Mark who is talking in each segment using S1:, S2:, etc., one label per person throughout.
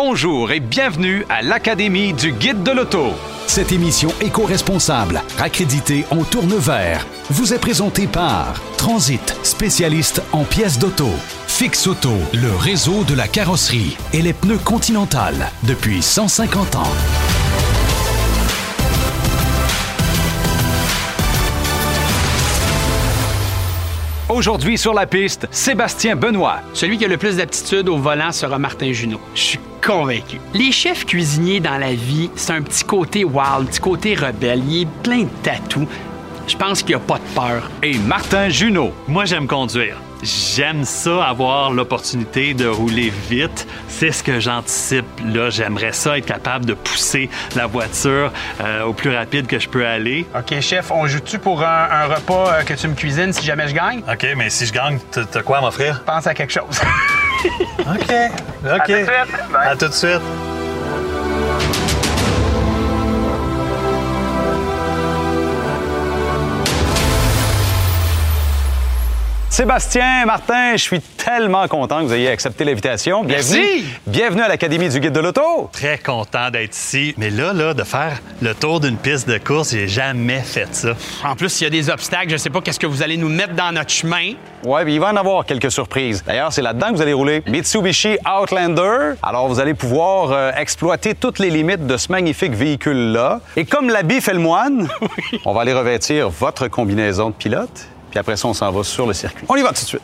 S1: Bonjour et bienvenue à l'Académie du Guide de l'Auto.
S2: Cette émission éco-responsable, accréditée en tourne vert, vous est présentée par Transit, spécialiste en pièces d'auto. Fix Auto, le réseau de la carrosserie et les pneus Continental depuis 150 ans.
S1: Aujourd'hui sur la piste, Sébastien Benoît.
S3: Celui qui a le plus d'aptitude au volant sera Martin Junot. Je suis convaincu. Les chefs cuisiniers dans la vie, c'est un petit côté wild, un petit côté rebelle. Il est plein de tatous. Je pense qu'il n'y a pas de peur.
S1: Et Martin Junot.
S4: Moi, j'aime conduire. J'aime ça, avoir l'opportunité de rouler vite. C'est ce que j'anticipe. Là, j'aimerais ça être capable de pousser la voiture euh, au plus rapide que je peux aller.
S5: OK, chef, on joue-tu pour un, un repas euh, que tu me cuisines si jamais je gagne?
S6: OK, mais si je gagne, t- t'as quoi à m'offrir?
S5: Pense à quelque chose.
S6: OK, OK. À tout de suite.
S7: Sébastien, Martin, je suis tellement content que vous ayez accepté l'invitation. Bienvenue.
S3: Merci.
S7: Bienvenue à l'Académie du Guide de l'Auto.
S4: Très content d'être ici. Mais là, là, de faire le tour d'une piste de course, j'ai jamais fait ça.
S3: En plus, s'il y a des obstacles, je ne sais pas qu'est-ce que vous allez nous mettre dans notre chemin.
S7: Ouais, puis il va en avoir quelques surprises. D'ailleurs, c'est là-dedans que vous allez rouler. Mitsubishi Outlander. Alors, vous allez pouvoir euh, exploiter toutes les limites de ce magnifique véhicule-là. Et comme l'habit fait le moine, on va aller revêtir votre combinaison de pilote. Puis après ça, on s'en va sur le circuit. On y va tout de suite.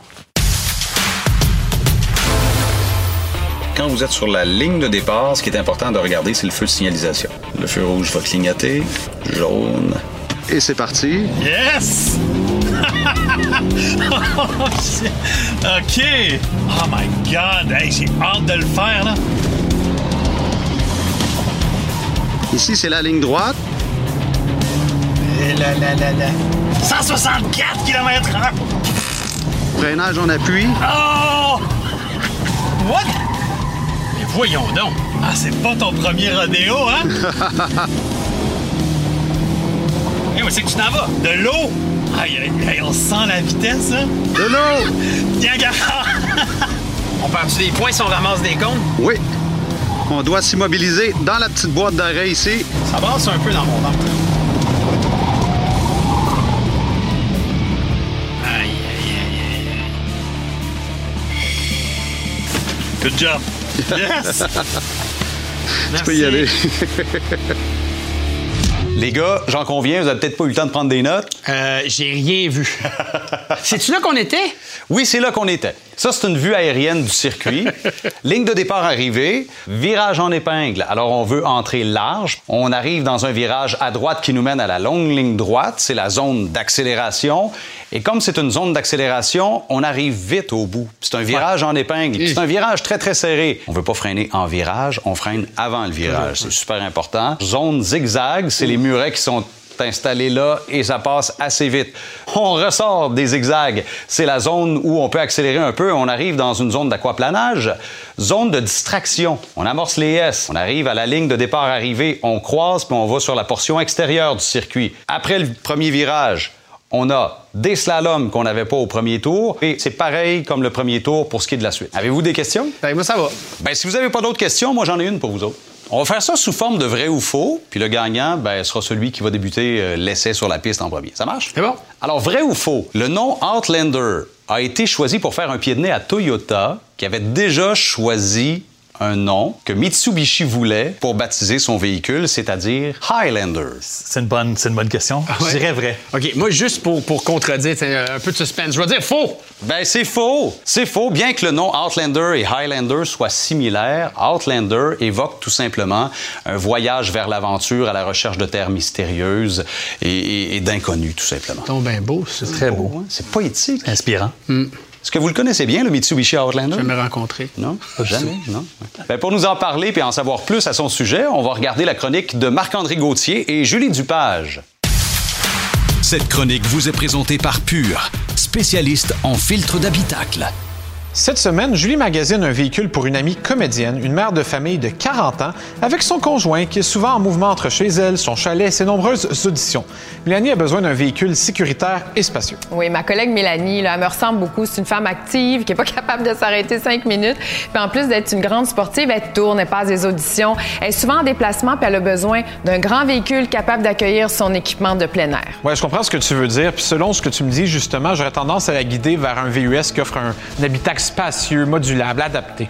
S8: Quand vous êtes sur la ligne de départ, ce qui est important de regarder, c'est le feu de signalisation. Le feu rouge va clignoter, jaune.
S9: Et c'est parti.
S4: Yes! Oh, OK! Oh my God! Hey, j'ai hâte de le faire, là.
S9: Ici, c'est la ligne droite.
S4: 164 km h
S9: Freinage en appui.
S4: Oh! What? Mais voyons donc! Ah, c'est pas ton premier rodéo, hein? Eh, où c'est que tu t'en vas? De l'eau! Aïe, aïe, aïe, on sent la vitesse, hein?
S9: De l'eau.
S4: Tiens, gars!
S3: On perd-tu des points si on ramasse des comptes?
S9: Oui. On doit s'immobiliser dans la petite boîte d'arrêt ici.
S3: Ça brasse un peu dans mon ventre. Aïe,
S4: Good job! Yes!
S9: Tu peux y aller.
S7: Les gars, j'en conviens, vous avez peut-être pas eu le temps de prendre des notes.
S3: Euh, j'ai rien vu. C'est-tu là qu'on était?
S7: Oui, c'est là qu'on était. Ça, c'est une vue aérienne du circuit. Ligne de départ arrivée, virage en épingle. Alors, on veut entrer large. On arrive dans un virage à droite qui nous mène à la longue ligne droite. C'est la zone d'accélération. Et comme c'est une zone d'accélération, on arrive vite au bout. C'est un virage en épingle. Puis C'est un virage très, très serré. On veut pas freiner en virage, on freine avant le virage. C'est super important. Zone zigzag, c'est les murets qui sont installé là et ça passe assez vite. On ressort des zigzags. C'est la zone où on peut accélérer un peu. On arrive dans une zone d'aquaplanage, zone de distraction. On amorce les S. On arrive à la ligne de départ arrivée. On croise puis on va sur la portion extérieure du circuit. Après le premier virage, on a des slaloms qu'on n'avait pas au premier tour et c'est pareil comme le premier tour pour ce qui est de la suite. Avez-vous des questions?
S5: Ben, moi, ça va.
S7: Ben, si vous n'avez pas d'autres questions, moi j'en ai une pour vous autres. On va faire ça sous forme de vrai ou faux, puis le gagnant ben, sera celui qui va débuter euh, l'essai sur la piste en premier. Ça marche?
S3: C'est bon.
S7: Alors, vrai ou faux, le nom Outlander a été choisi pour faire un pied de nez à Toyota, qui avait déjà choisi un nom que Mitsubishi voulait pour baptiser son véhicule, c'est-à-dire Highlander.
S4: C'est une bonne, c'est une bonne question.
S3: Ah
S4: Je dirais vrai.
S3: OK, moi, juste pour, pour contredire, c'est un peu de suspense, je vais dire faux!
S7: Ben c'est faux, c'est faux. Bien que le nom Outlander et Highlander soient similaires, Outlander évoque tout simplement un voyage vers l'aventure à la recherche de terres mystérieuses et, et- et d'inconnus, tout simplement.
S3: Donc, ben beau, ça.
S4: Très beau.
S7: Hein? C'est poétique.
S4: Inspirant.
S9: Hmm.
S7: Est-ce que vous le connaissez bien, le Mitsubishi Outlander?
S3: me rencontrer.
S7: Non, jamais, non. Ben, pour nous en parler et en savoir plus à son sujet, on va regarder la chronique de Marc-André Gauthier et Julie Dupage.
S2: Cette chronique vous est présentée par Pure, spécialiste en filtre d'habitacle.
S10: Cette semaine, Julie magasine un véhicule pour une amie comédienne, une mère de famille de 40 ans, avec son conjoint qui est souvent en mouvement entre chez elle, son chalet et ses nombreuses auditions. Mélanie a besoin d'un véhicule sécuritaire et spacieux.
S11: Oui, ma collègue Mélanie, là, elle me ressemble beaucoup. C'est une femme active qui n'est pas capable de s'arrêter cinq minutes. Puis en plus d'être une grande sportive, elle tourne, elle passe des auditions. Elle est souvent en déplacement puis elle a besoin d'un grand véhicule capable d'accueillir son équipement de plein air.
S10: Ouais, je comprends ce que tu veux dire. Puis selon ce que tu me dis, justement, j'aurais tendance à la guider vers un VUS qui offre un, un habitacle spacieux, modulable, adapté.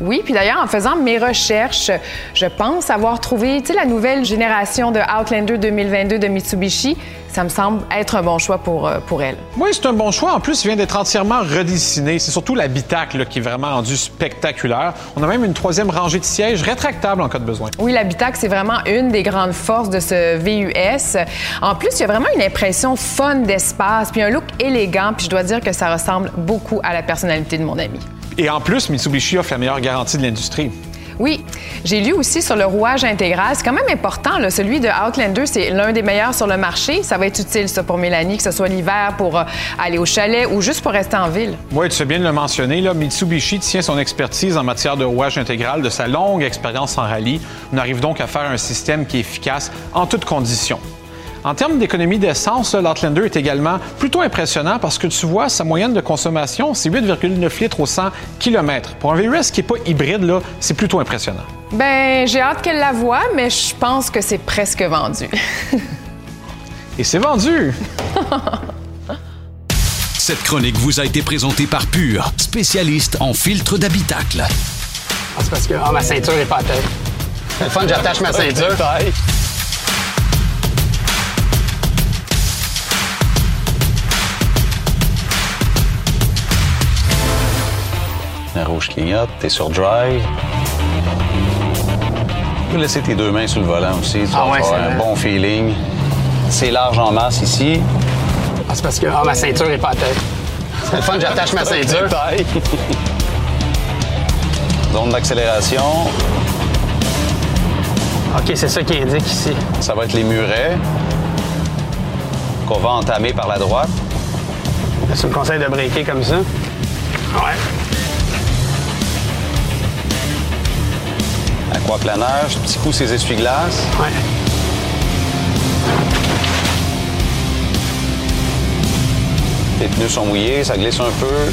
S11: Oui, puis d'ailleurs, en faisant mes recherches, je pense avoir trouvé tu sais, la nouvelle génération de Outlander 2022 de Mitsubishi. Ça me semble être un bon choix pour, euh, pour elle.
S10: Oui, c'est un bon choix. En plus, il vient d'être entièrement redessiné. C'est surtout l'habitacle là, qui est vraiment rendu spectaculaire. On a même une troisième rangée de sièges rétractables en cas de besoin.
S11: Oui, l'habitacle, c'est vraiment une des grandes forces de ce VUS. En plus, il y a vraiment une impression fun d'espace, puis un look élégant, puis je dois dire que ça ressemble beaucoup à la personnalité de mon ami.
S10: Et en plus, Mitsubishi offre la meilleure garantie de l'industrie.
S11: Oui, j'ai lu aussi sur le rouage intégral. C'est quand même important. Là. Celui de Outlander, c'est l'un des meilleurs sur le marché. Ça va être utile, ça, pour Mélanie, que ce soit l'hiver pour euh, aller au chalet ou juste pour rester en ville.
S10: Oui, tu sais bien de le mentionner. Là, Mitsubishi tient son expertise en matière de rouage intégral de sa longue expérience en rallye. On arrive donc à faire un système qui est efficace en toutes conditions. En termes d'économie d'essence, là, l'Outlander est également plutôt impressionnant parce que tu vois, sa moyenne de consommation, c'est 8,9 litres au 100 km. Pour un VUS qui n'est pas hybride, là, c'est plutôt impressionnant.
S11: Ben, j'ai hâte qu'elle la voie, mais je pense que c'est presque vendu.
S10: Et c'est vendu!
S2: Cette chronique vous a été présentée par Pure, spécialiste en filtre d'habitacle.
S12: Ah, c'est parce que ah, ma ceinture est pas à tête. C'est le fun, j'attache ma ceinture.
S7: La rouge clignote, t'es sur drive. Tu peux laisser tes deux mains sur le volant aussi. Tu
S12: Ah
S7: vas
S12: ouais,
S7: avoir
S12: c'est
S7: un
S12: vrai.
S7: bon feeling. C'est large en masse ici.
S12: Ah, c'est parce que ah, ma ceinture est pas à tête. C'est le fun, j'attache ma ceinture.
S7: Zone d'accélération.
S12: OK, c'est ça qui indique ici.
S7: Ça va être les murets qu'on va entamer par la droite.
S12: Tu me conseilles de breaker comme ça? Ouais.
S7: Aquaplanage, petit coup ses essuie-glaces.
S12: Ouais.
S7: Les pneus sont mouillés, ça glisse un peu.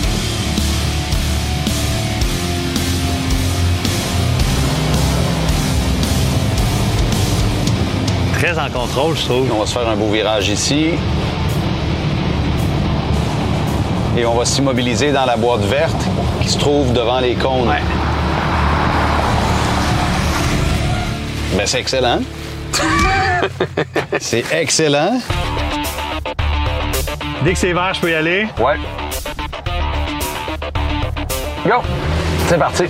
S4: Très en contrôle, je trouve.
S7: On va se faire un beau virage ici. Et on va s'immobiliser dans la boîte verte qui se trouve devant les cônes. Ben, c'est excellent. c'est excellent.
S4: Dès que c'est vert, je peux y aller.
S7: Ouais.
S12: Go! C'est parti.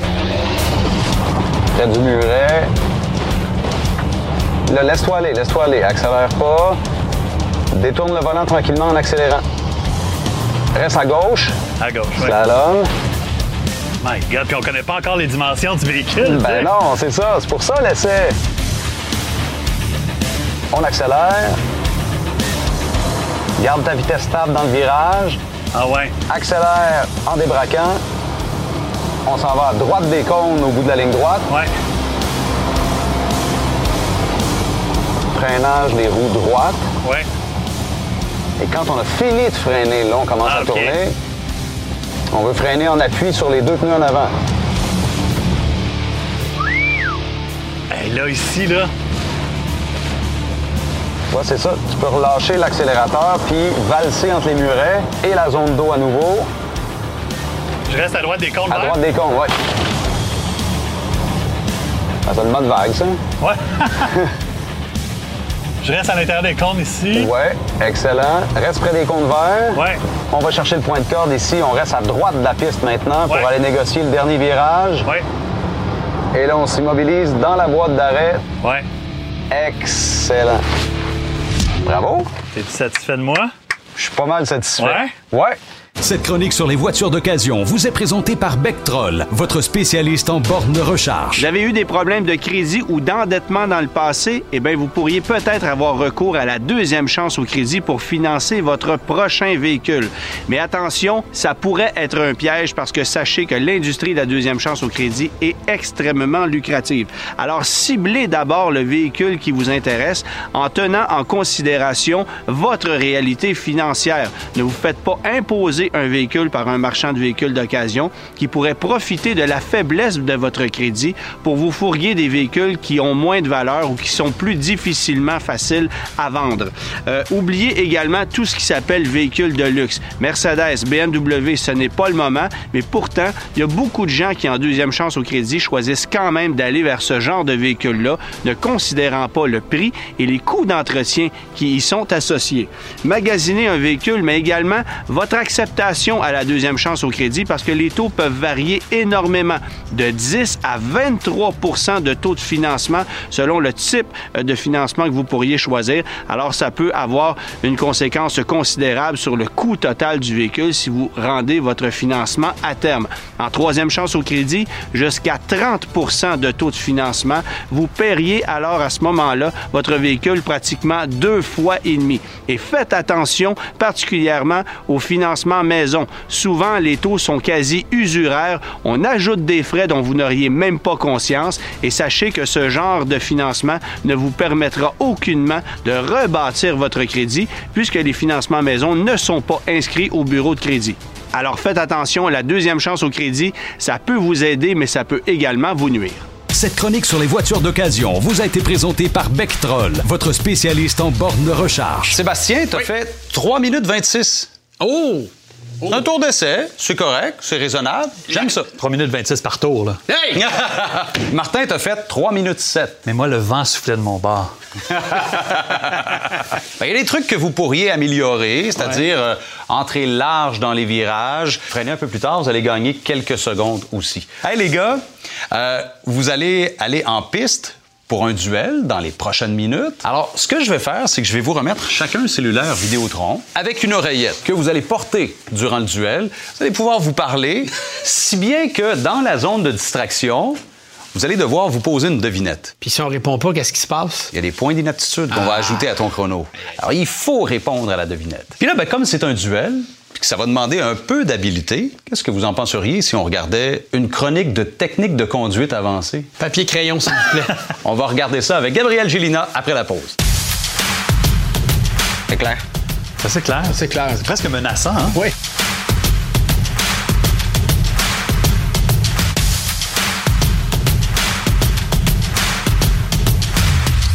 S7: Près du muret. Là, laisse-toi aller, laisse-toi aller. Accélère pas. Détourne le volant tranquillement en accélérant. Reste à gauche.
S4: À gauche. ouais.
S7: Slalom.
S4: My God, puis on connaît pas encore les dimensions du véhicule.
S9: Hmm,
S4: tu sais.
S7: Ben non, c'est ça. C'est pour ça l'essai. On accélère. Garde ta vitesse stable dans le virage.
S4: Ah ouais.
S7: Accélère en débraquant. On s'en va à droite des cônes au bout de la ligne droite.
S4: Ouais.
S7: Freinage, les roues droites.
S4: Ouais.
S7: Et quand on a fini de freiner, là, on commence
S4: Ah,
S7: à tourner. On veut freiner en appui sur les deux pneus en avant.
S4: Hey, là, ici, là.
S7: Tu vois, c'est ça. Tu peux relâcher l'accélérateur, puis valser entre les murets et la zone d'eau à nouveau.
S4: Je reste à droite des comptes.
S7: À droite des cons, ouais. Ah, c'est une bonne vague, ça.
S4: Ouais. Je reste à l'intérieur des cônes ici.
S7: Ouais, excellent. Reste près des comptes verts.
S4: Ouais.
S7: On va chercher le point de corde ici. On reste à droite de la piste maintenant pour
S4: Ouais.
S7: aller négocier le dernier virage.
S4: Ouais.
S7: Et là, on s'immobilise dans la boîte d'arrêt.
S4: Ouais.
S7: Excellent. Bravo.
S4: T'es-tu satisfait de moi?
S7: Je suis pas mal satisfait.
S4: Ouais?
S7: Ouais.
S2: Cette chronique sur les voitures d'occasion vous est présentée par Bectrol, votre spécialiste en borne recharge.
S13: Vous avez eu des problèmes de crédit ou d'endettement dans le passé? Eh bien, vous pourriez peut-être avoir recours à la deuxième chance au crédit pour financer votre prochain véhicule. Mais attention, ça pourrait être un piège parce que sachez que l'industrie de la deuxième chance au crédit est extrêmement lucrative. Alors, ciblez d'abord le véhicule qui vous intéresse en tenant en considération votre réalité financière. Ne vous faites pas imposer un véhicule par un marchand de véhicules d'occasion qui pourrait profiter de la faiblesse de votre crédit pour vous fourguer des véhicules qui ont moins de valeur ou qui sont plus difficilement faciles à vendre. Euh, oubliez également tout ce qui s'appelle véhicules de luxe. Mercedes, BMW, ce n'est pas le moment, mais pourtant, il y a beaucoup de gens qui, en deuxième chance au crédit, choisissent quand même d'aller vers ce genre de véhicule-là, ne considérant pas le prix et les coûts d'entretien qui y sont associés. Magasiner un véhicule, mais également votre acceptation à la deuxième chance au crédit parce que les taux peuvent varier énormément, de 10 à 23 de taux de financement selon le type euh, de financement que vous pourriez choisir. Alors, ça peut avoir une conséquence considérable sur le coût total du véhicule si vous rendez votre financement à terme. En troisième chance au crédit, jusqu'à 30 de taux de financement. Vous paieriez alors à ce moment-là votre véhicule pratiquement deux fois et demi. Et faites attention particulièrement au financement maison. Souvent, les taux sont quasi usuraires. On ajoute des frais dont vous n'auriez même pas conscience et sachez que ce genre de financement ne vous permettra aucunement de rebâtir votre crédit puisque les financements maison ne sont pas inscrits au bureau de crédit. Alors faites attention, la deuxième chance au crédit, ça peut vous aider, mais ça peut également vous nuire.
S2: Cette chronique sur les voitures d'occasion vous a été présentée par Bectrol, votre spécialiste en borne de recharge.
S10: Sébastien, t'as fait 3 minutes 26.
S14: Oh!
S10: Un tour d'essai, c'est correct, c'est raisonnable, j'aime ça.
S14: 3 minutes 26 par tour, là.
S10: Hey! Martin t'a fait 3 minutes 7.
S14: Mais moi, le vent soufflait de mon bord.
S10: Ben, Il y a des trucs que vous pourriez améliorer, c'est-à-dire euh, entrer large dans les virages, freiner un peu plus tard, vous allez gagner quelques secondes aussi. Hey les gars, euh, vous allez aller en piste pour un duel dans les prochaines minutes. Alors, ce que je vais faire, c'est que je vais vous remettre chacun un cellulaire Vidéotron avec une oreillette que vous allez porter durant le duel. Vous allez pouvoir vous parler, si bien que dans la zone de distraction, vous allez devoir vous poser une devinette.
S14: Puis si on répond pas, qu'est-ce qui se passe?
S10: Il y a des points d'inaptitude qu'on va ajouter à ton chrono. Alors, il faut répondre à la devinette. Puis là, ben, comme c'est un duel, puis que ça va demander un peu d'habileté, qu'est-ce que vous en penseriez si on regardait une chronique de technique de conduite avancée?
S14: Papier crayon, s'il vous plaît.
S10: on va regarder ça avec Gabriel Gélina après la pause. C'est clair?
S14: Ça, c'est clair.
S15: C'est clair.
S14: C'est presque menaçant, hein?
S15: Oui.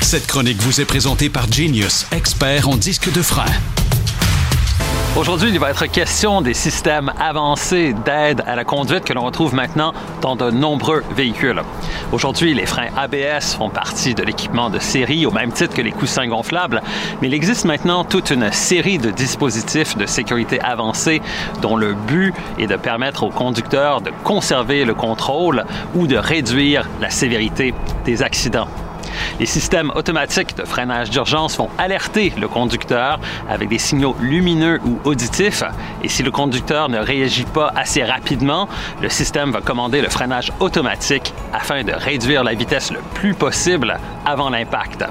S2: Cette chronique vous est présentée par Genius, expert en disque de frein.
S16: Aujourd'hui, il va être question des systèmes avancés d'aide à la conduite que l'on retrouve maintenant dans de nombreux véhicules. Aujourd'hui, les freins ABS font partie de l'équipement de série au même titre que les coussins gonflables, mais il existe maintenant toute une série de dispositifs de sécurité avancée dont le but est de permettre aux conducteurs de conserver le contrôle ou de réduire la sévérité des accidents. Les systèmes automatiques de freinage d'urgence vont alerter le conducteur avec des signaux lumineux ou auditifs. Et si le conducteur ne réagit pas assez rapidement, le système va commander le freinage automatique afin de réduire la vitesse le plus possible avant l'impact.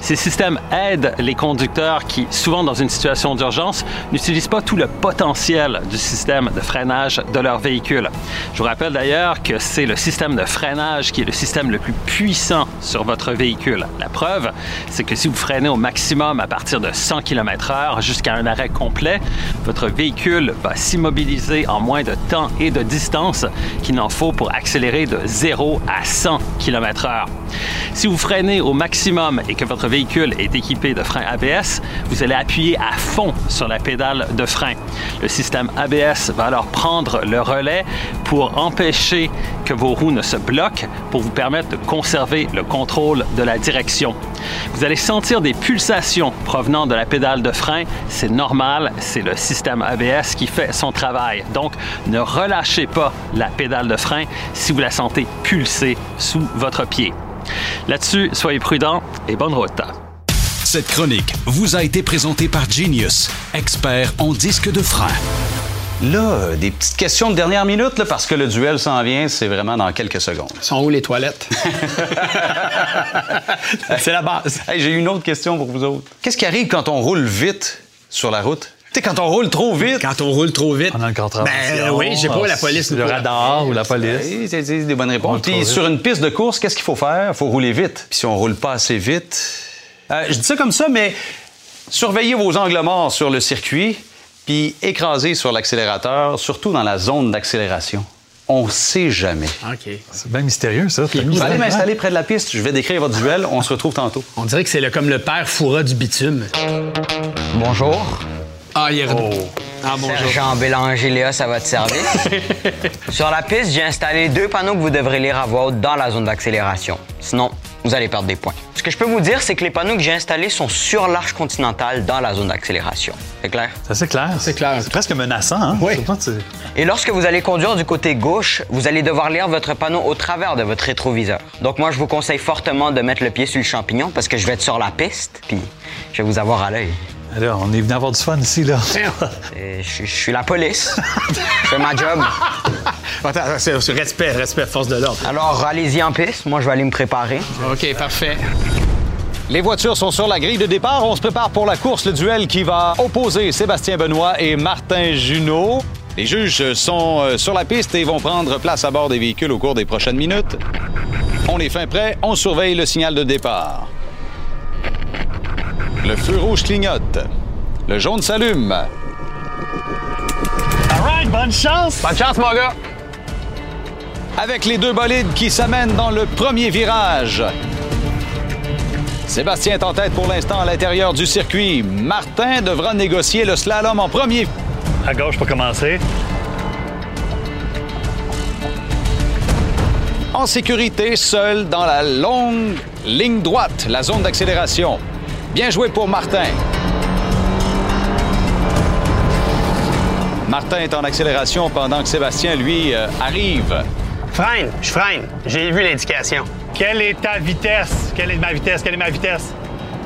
S16: Ces systèmes aident les conducteurs qui, souvent dans une situation d'urgence, n'utilisent pas tout le potentiel du système de freinage de leur véhicule. Je vous rappelle d'ailleurs que c'est le système de freinage qui est le système le plus puissant sur votre véhicule. La preuve, c'est que si vous freinez au maximum à partir de 100 km/h jusqu'à un arrêt complet, votre véhicule va s'immobiliser en moins de temps et de distance qu'il n'en faut pour accélérer de 0 à 100 km/h. Si vous freinez au maximum et que votre véhicule est équipé de freins ABS, vous allez appuyer à fond sur la pédale de frein. Le système ABS va alors prendre le relais pour empêcher que vos roues ne se bloquent pour vous permettre de conserver le contrôle de la direction. Vous allez sentir des pulsations provenant de la pédale de frein. C'est normal, c'est le système ABS qui fait son travail. Donc, ne relâchez pas la pédale de frein si vous la sentez pulser sous votre pied. Là-dessus, soyez prudents et bonne route.
S2: Cette chronique vous a été présentée par Genius, expert en disque de frein. Là, euh, des petites questions de dernière minute, là, parce que le duel s'en vient, c'est vraiment dans quelques secondes.
S3: Sont où les toilettes?
S2: c'est la base. J'ai une autre question pour vous autres. Qu'est-ce qui arrive quand on roule vite sur la route? Tu sais, quand on roule trop vite.
S3: Quand on roule trop vite. Pendant le
S2: contravention.
S3: Ben euh, oui, j'ai pas la police.
S2: Le radar ou la police. C'est c'est des bonnes réponses. Puis sur une piste de course, qu'est-ce qu'il faut faire? Il faut rouler vite. Puis si on roule pas assez vite. Euh, je dis ça comme ça, mais surveillez vos angles morts sur le circuit, puis écrasez sur l'accélérateur, surtout dans la zone d'accélération. On sait jamais.
S3: OK.
S2: C'est bien mystérieux, ça. Vous allez m'installer près de la piste. Je vais décrire votre duel. On se retrouve tantôt.
S3: On dirait que c'est le- comme le père Foura du bitume.
S13: Bonjour.
S3: Ah, il est revenu. Ah,
S13: Sergent Bélanger Léos à votre service. Sur la piste, j'ai installé deux panneaux que vous devrez lire à voix haute dans la zone d'accélération. Sinon, vous allez perdre des points. Ce que je peux vous dire, c'est que les panneaux que j'ai installés sont sur l'arche continentale dans la zone d'accélération. C'est clair?
S3: Ça, c'est clair. C'est clair. C'est presque menaçant, hein? Oui.
S13: Et lorsque vous allez conduire du côté gauche, vous allez devoir lire votre panneau au travers de votre rétroviseur. Donc moi, je vous conseille fortement de mettre le pied sur le champignon parce que je vais être sur la piste, puis je vais vous avoir à l'œil.
S3: Alors, Ben on est venu avoir du fun ici, là.
S13: Et Je je suis la police. je fais ma job.
S3: Attends, c'est- c'est respect, respect, force de l'ordre.
S13: Alors, allez-y en piste. Moi, je vais aller me préparer.
S3: OK, parfait.
S2: Les voitures sont sur la grille de départ. On se prépare pour la course, le duel qui va opposer Sébastien Benoît et Martin Junot. Les juges sont euh, sur la piste et vont prendre place à bord des véhicules au cours des prochaines minutes. On est fin prêt, on surveille le signal de départ. Le feu rouge clignote. Le jaune s'allume.
S3: Alright, bonne chance! Bonne chance, mon gars!
S2: Avec les deux bolides qui s'amènent dans le premier virage. Sébastien est en tête pour l'instant à l'intérieur du circuit. Martin devra négocier le slalom en premier.
S4: À gauche pour commencer.
S2: En sécurité, seul dans la longue ligne droite, la zone d'accélération. Bien joué pour Martin. Martin est en accélération pendant que Sébastien, lui, euh, arrive.
S10: Freine, je freine. J'ai vu l'indication.
S4: Quelle est ta vitesse? Quelle est ma vitesse? Quelle est ma vitesse?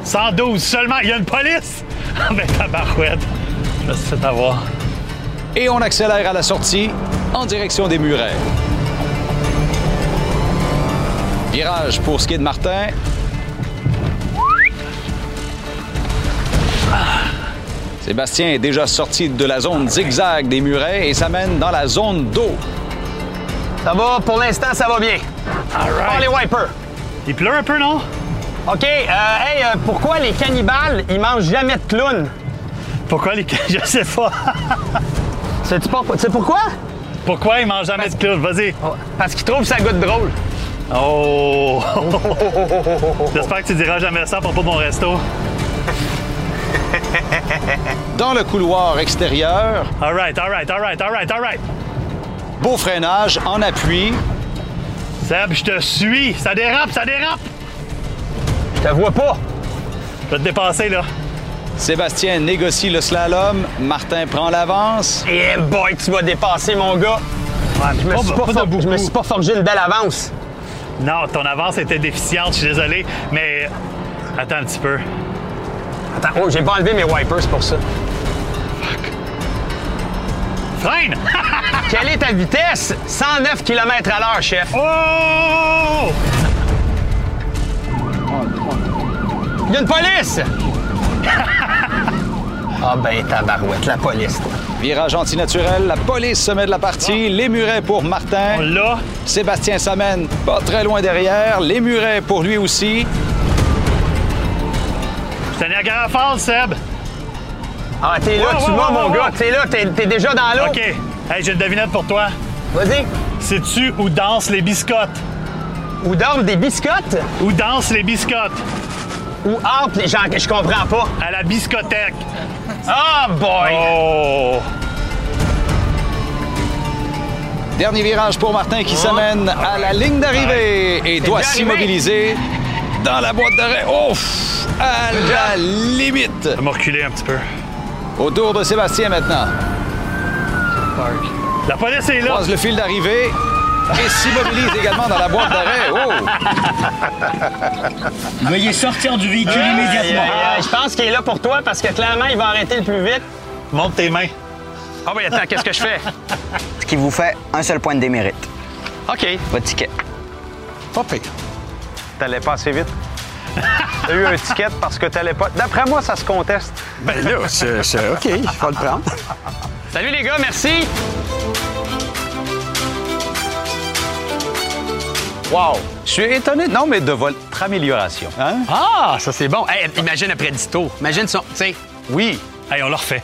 S4: 112 seulement. Il y a une police? Ah ben tabarouette. Je me suis fait avoir.
S2: Et on accélère à la sortie en direction des murets. Virage pour ce qui est de Martin. Sébastien est déjà sorti de la zone zigzag des murets et s'amène dans la zone d'eau.
S10: Ça va, pour l'instant, ça va bien. All les wipers.
S4: Il pleut un peu, non?
S10: OK. euh, hey, euh, pourquoi les cannibales, ils mangent jamais de clowns?
S4: Pourquoi les... Je sais pas.
S10: Sais-tu pas- tu sais pourquoi? Oh,
S4: Pourquoi il mange jamais de clown? Vas-y.
S10: Parce qu'ils trouvent ça goûte drôle.
S4: Oh! J'espère que tu diras jamais ça à propos de mon resto.
S2: Dans le couloir extérieur.
S4: All right, all right, all right, all right, all right.
S2: Beau freinage en appui.
S4: Seb, je te suis. Ça dérape, ça dérape. Je te vois pas. Je vais te dépasser, là.
S2: Sébastien négocie le slalom. Martin prend l'avance.
S10: Eh boy, tu vas dépasser, mon gars. je, me
S4: pas-
S10: suis pas
S4: pas de
S10: for- je me suis pas forgé une belle avance.
S4: Non, ton avance était déficiente, je suis désolé, mais attends un petit peu.
S10: Attends, oh, j'ai pas enlevé mes wipers pour ça.
S4: Freine!
S10: Quelle est ta vitesse? 109 km à l'heure, chef.
S4: Oh!
S10: Il y a une police! Ah ben, tabarouette, la police, toi.
S2: Virage antinaturel, la police se met de la
S10: Ah.
S2: partie, les murets pour Martin.
S4: Là,
S2: Sébastien s'amène pas très loin derrière, les murets pour lui aussi.
S4: Je t'en ai regardé à face, Seb.
S10: Ah, t'es là, tu vois, mon gars, t'es là, t'es t'es déjà dans
S7: Oh!
S10: l'eau.
S4: OK. Hey, j'ai une devinette pour toi.
S10: Vas-y.
S4: Sais-tu où dansent les biscottes?
S10: Où dorment des biscottes?
S4: Où dansent les biscottes?
S10: Où harpe les gens que je comprends pas?
S4: À la biscothèque.
S10: Ah, boy!
S4: Oh!
S2: Dernier virage pour Martin qui s'amène à la ligne d'arrivée et doit
S4: bien
S2: s'immobiliser dans la boîte d'arrêt. Ouf! À la limite! Ça
S4: m'a reculé un petit peu.
S2: Au tour de Sébastien maintenant.
S4: La police est là!
S2: Croise le fil d'arrivée et s'immobilise également dans la boîte d'arrêt. Oh!
S10: Veuillez sortir du véhicule
S4: immédiatement.
S10: Je pense qu'il est là pour toi parce que clairement, il va arrêter le plus vite.
S4: Monte tes mains.
S3: Ah oui, attends, qu'est-ce que je fais?
S17: Ce qui vous fait un seul point de démérite.
S3: OK.
S17: Votre ticket.
S10: Pas pire.
S18: T'allais pas assez vite. T'as eu un ticket parce que t'allais pas. D'après moi, ça se conteste.
S19: Ben là, je, je- OK, je vais le prendre.
S3: Salut les gars, merci.
S7: Wow! Je suis étonné, non, mais de votre amélioration. Hein?
S3: Ah, ça c'est bon. Hey, imagine après 10 tours. Imagine son. Tu sais.
S7: Oui.
S4: Hey, on le refait.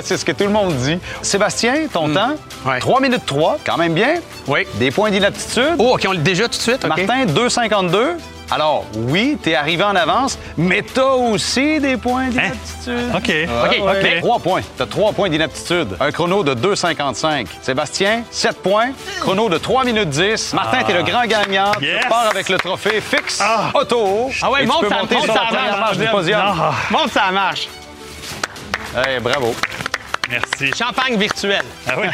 S7: C'est ce que tout le monde dit. Sébastien,
S2: Hmm.
S7: ton temps? 3 minutes 3, quand même bien.
S3: Oui.
S7: Des points d'inaptitude.
S3: Oh, OK, on le déjà tout de suite.
S7: Martin, 2,52. Alors, oui, t'es arrivé en avance, mais t'as aussi des points d'inaptitude.
S4: Hein? OK.
S7: Ouais,
S4: OK,
S7: ouais.
S4: OK.
S7: Trois points. T'as trois points d'inaptitude. Un chrono de 2,55. Sébastien, 7 points. Chrono de 3 minutes 10. Martin,
S4: Ah.
S7: t'es le grand gagnant.
S4: Yes.
S7: Tu pars avec le trophée fixe. Auto.
S3: Ah ouais,
S7: Et tu
S3: monte
S7: peux
S3: ça,
S7: monter
S3: monte
S7: sur
S3: ça
S7: la première
S3: marche.
S7: marche du podium.
S4: Non.
S3: Monte ça marche.
S7: Eh, bravo.
S4: Merci.
S3: Champagne virtuelle.
S4: Ah oui.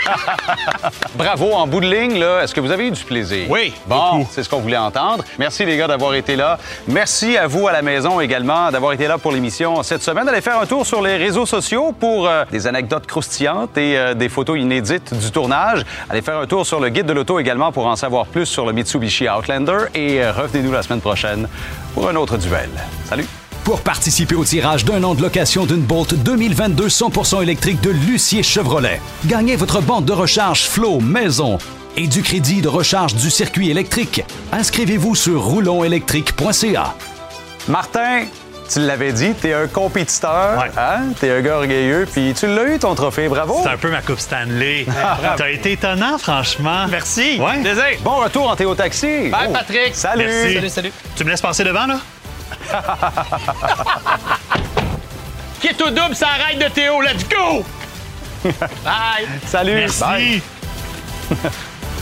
S7: Bravo, en bout de ligne, là, est-ce que vous avez eu du plaisir?
S3: Oui,
S7: Bon, c'est ce qu'on voulait entendre. Merci, les gars, d'avoir été là. Merci à vous à la maison également d'avoir été là pour l'émission cette semaine. Allez faire un tour sur les réseaux sociaux pour euh, des anecdotes croustillantes et euh, des photos inédites du tournage. Allez faire un tour sur le guide de l'auto également pour en savoir plus sur le Mitsubishi Outlander et euh, revenez-nous la semaine prochaine pour un autre duel. Salut!
S2: Pour participer au tirage d'un an de location d'une Bolt 2022 100% électrique de Lucier Chevrolet, gagnez votre bande de recharge Flow Maison et du crédit de recharge du circuit électrique. Inscrivez-vous sur roulonélectrique.ca.
S7: Martin, tu l'avais dit, t'es un compétiteur, hein? T'es un gars orgueilleux, puis tu l'as eu ton trophée, bravo!
S4: C'est un peu ma coupe Stanley.
S7: Ah,
S4: T'as été étonnant, franchement. Merci. Ouais.
S3: Plaisir.
S7: Bon retour en Théo Taxi.
S3: Bye,
S7: Oh.
S3: Patrick.
S7: Salut.
S4: Merci.
S3: Salut, salut.
S4: Tu me laisses passer devant, là?
S3: Qui est au double, ça arrête de Théo. Let's go! Bye.
S7: Salut.
S4: Merci.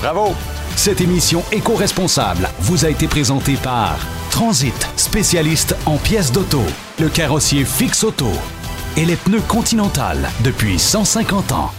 S7: Bravo.
S2: Cette émission éco-responsable vous a été présentée par Transit, spécialiste en pièces d'auto, le carrossier fixe auto et les pneus Continental depuis 150 ans.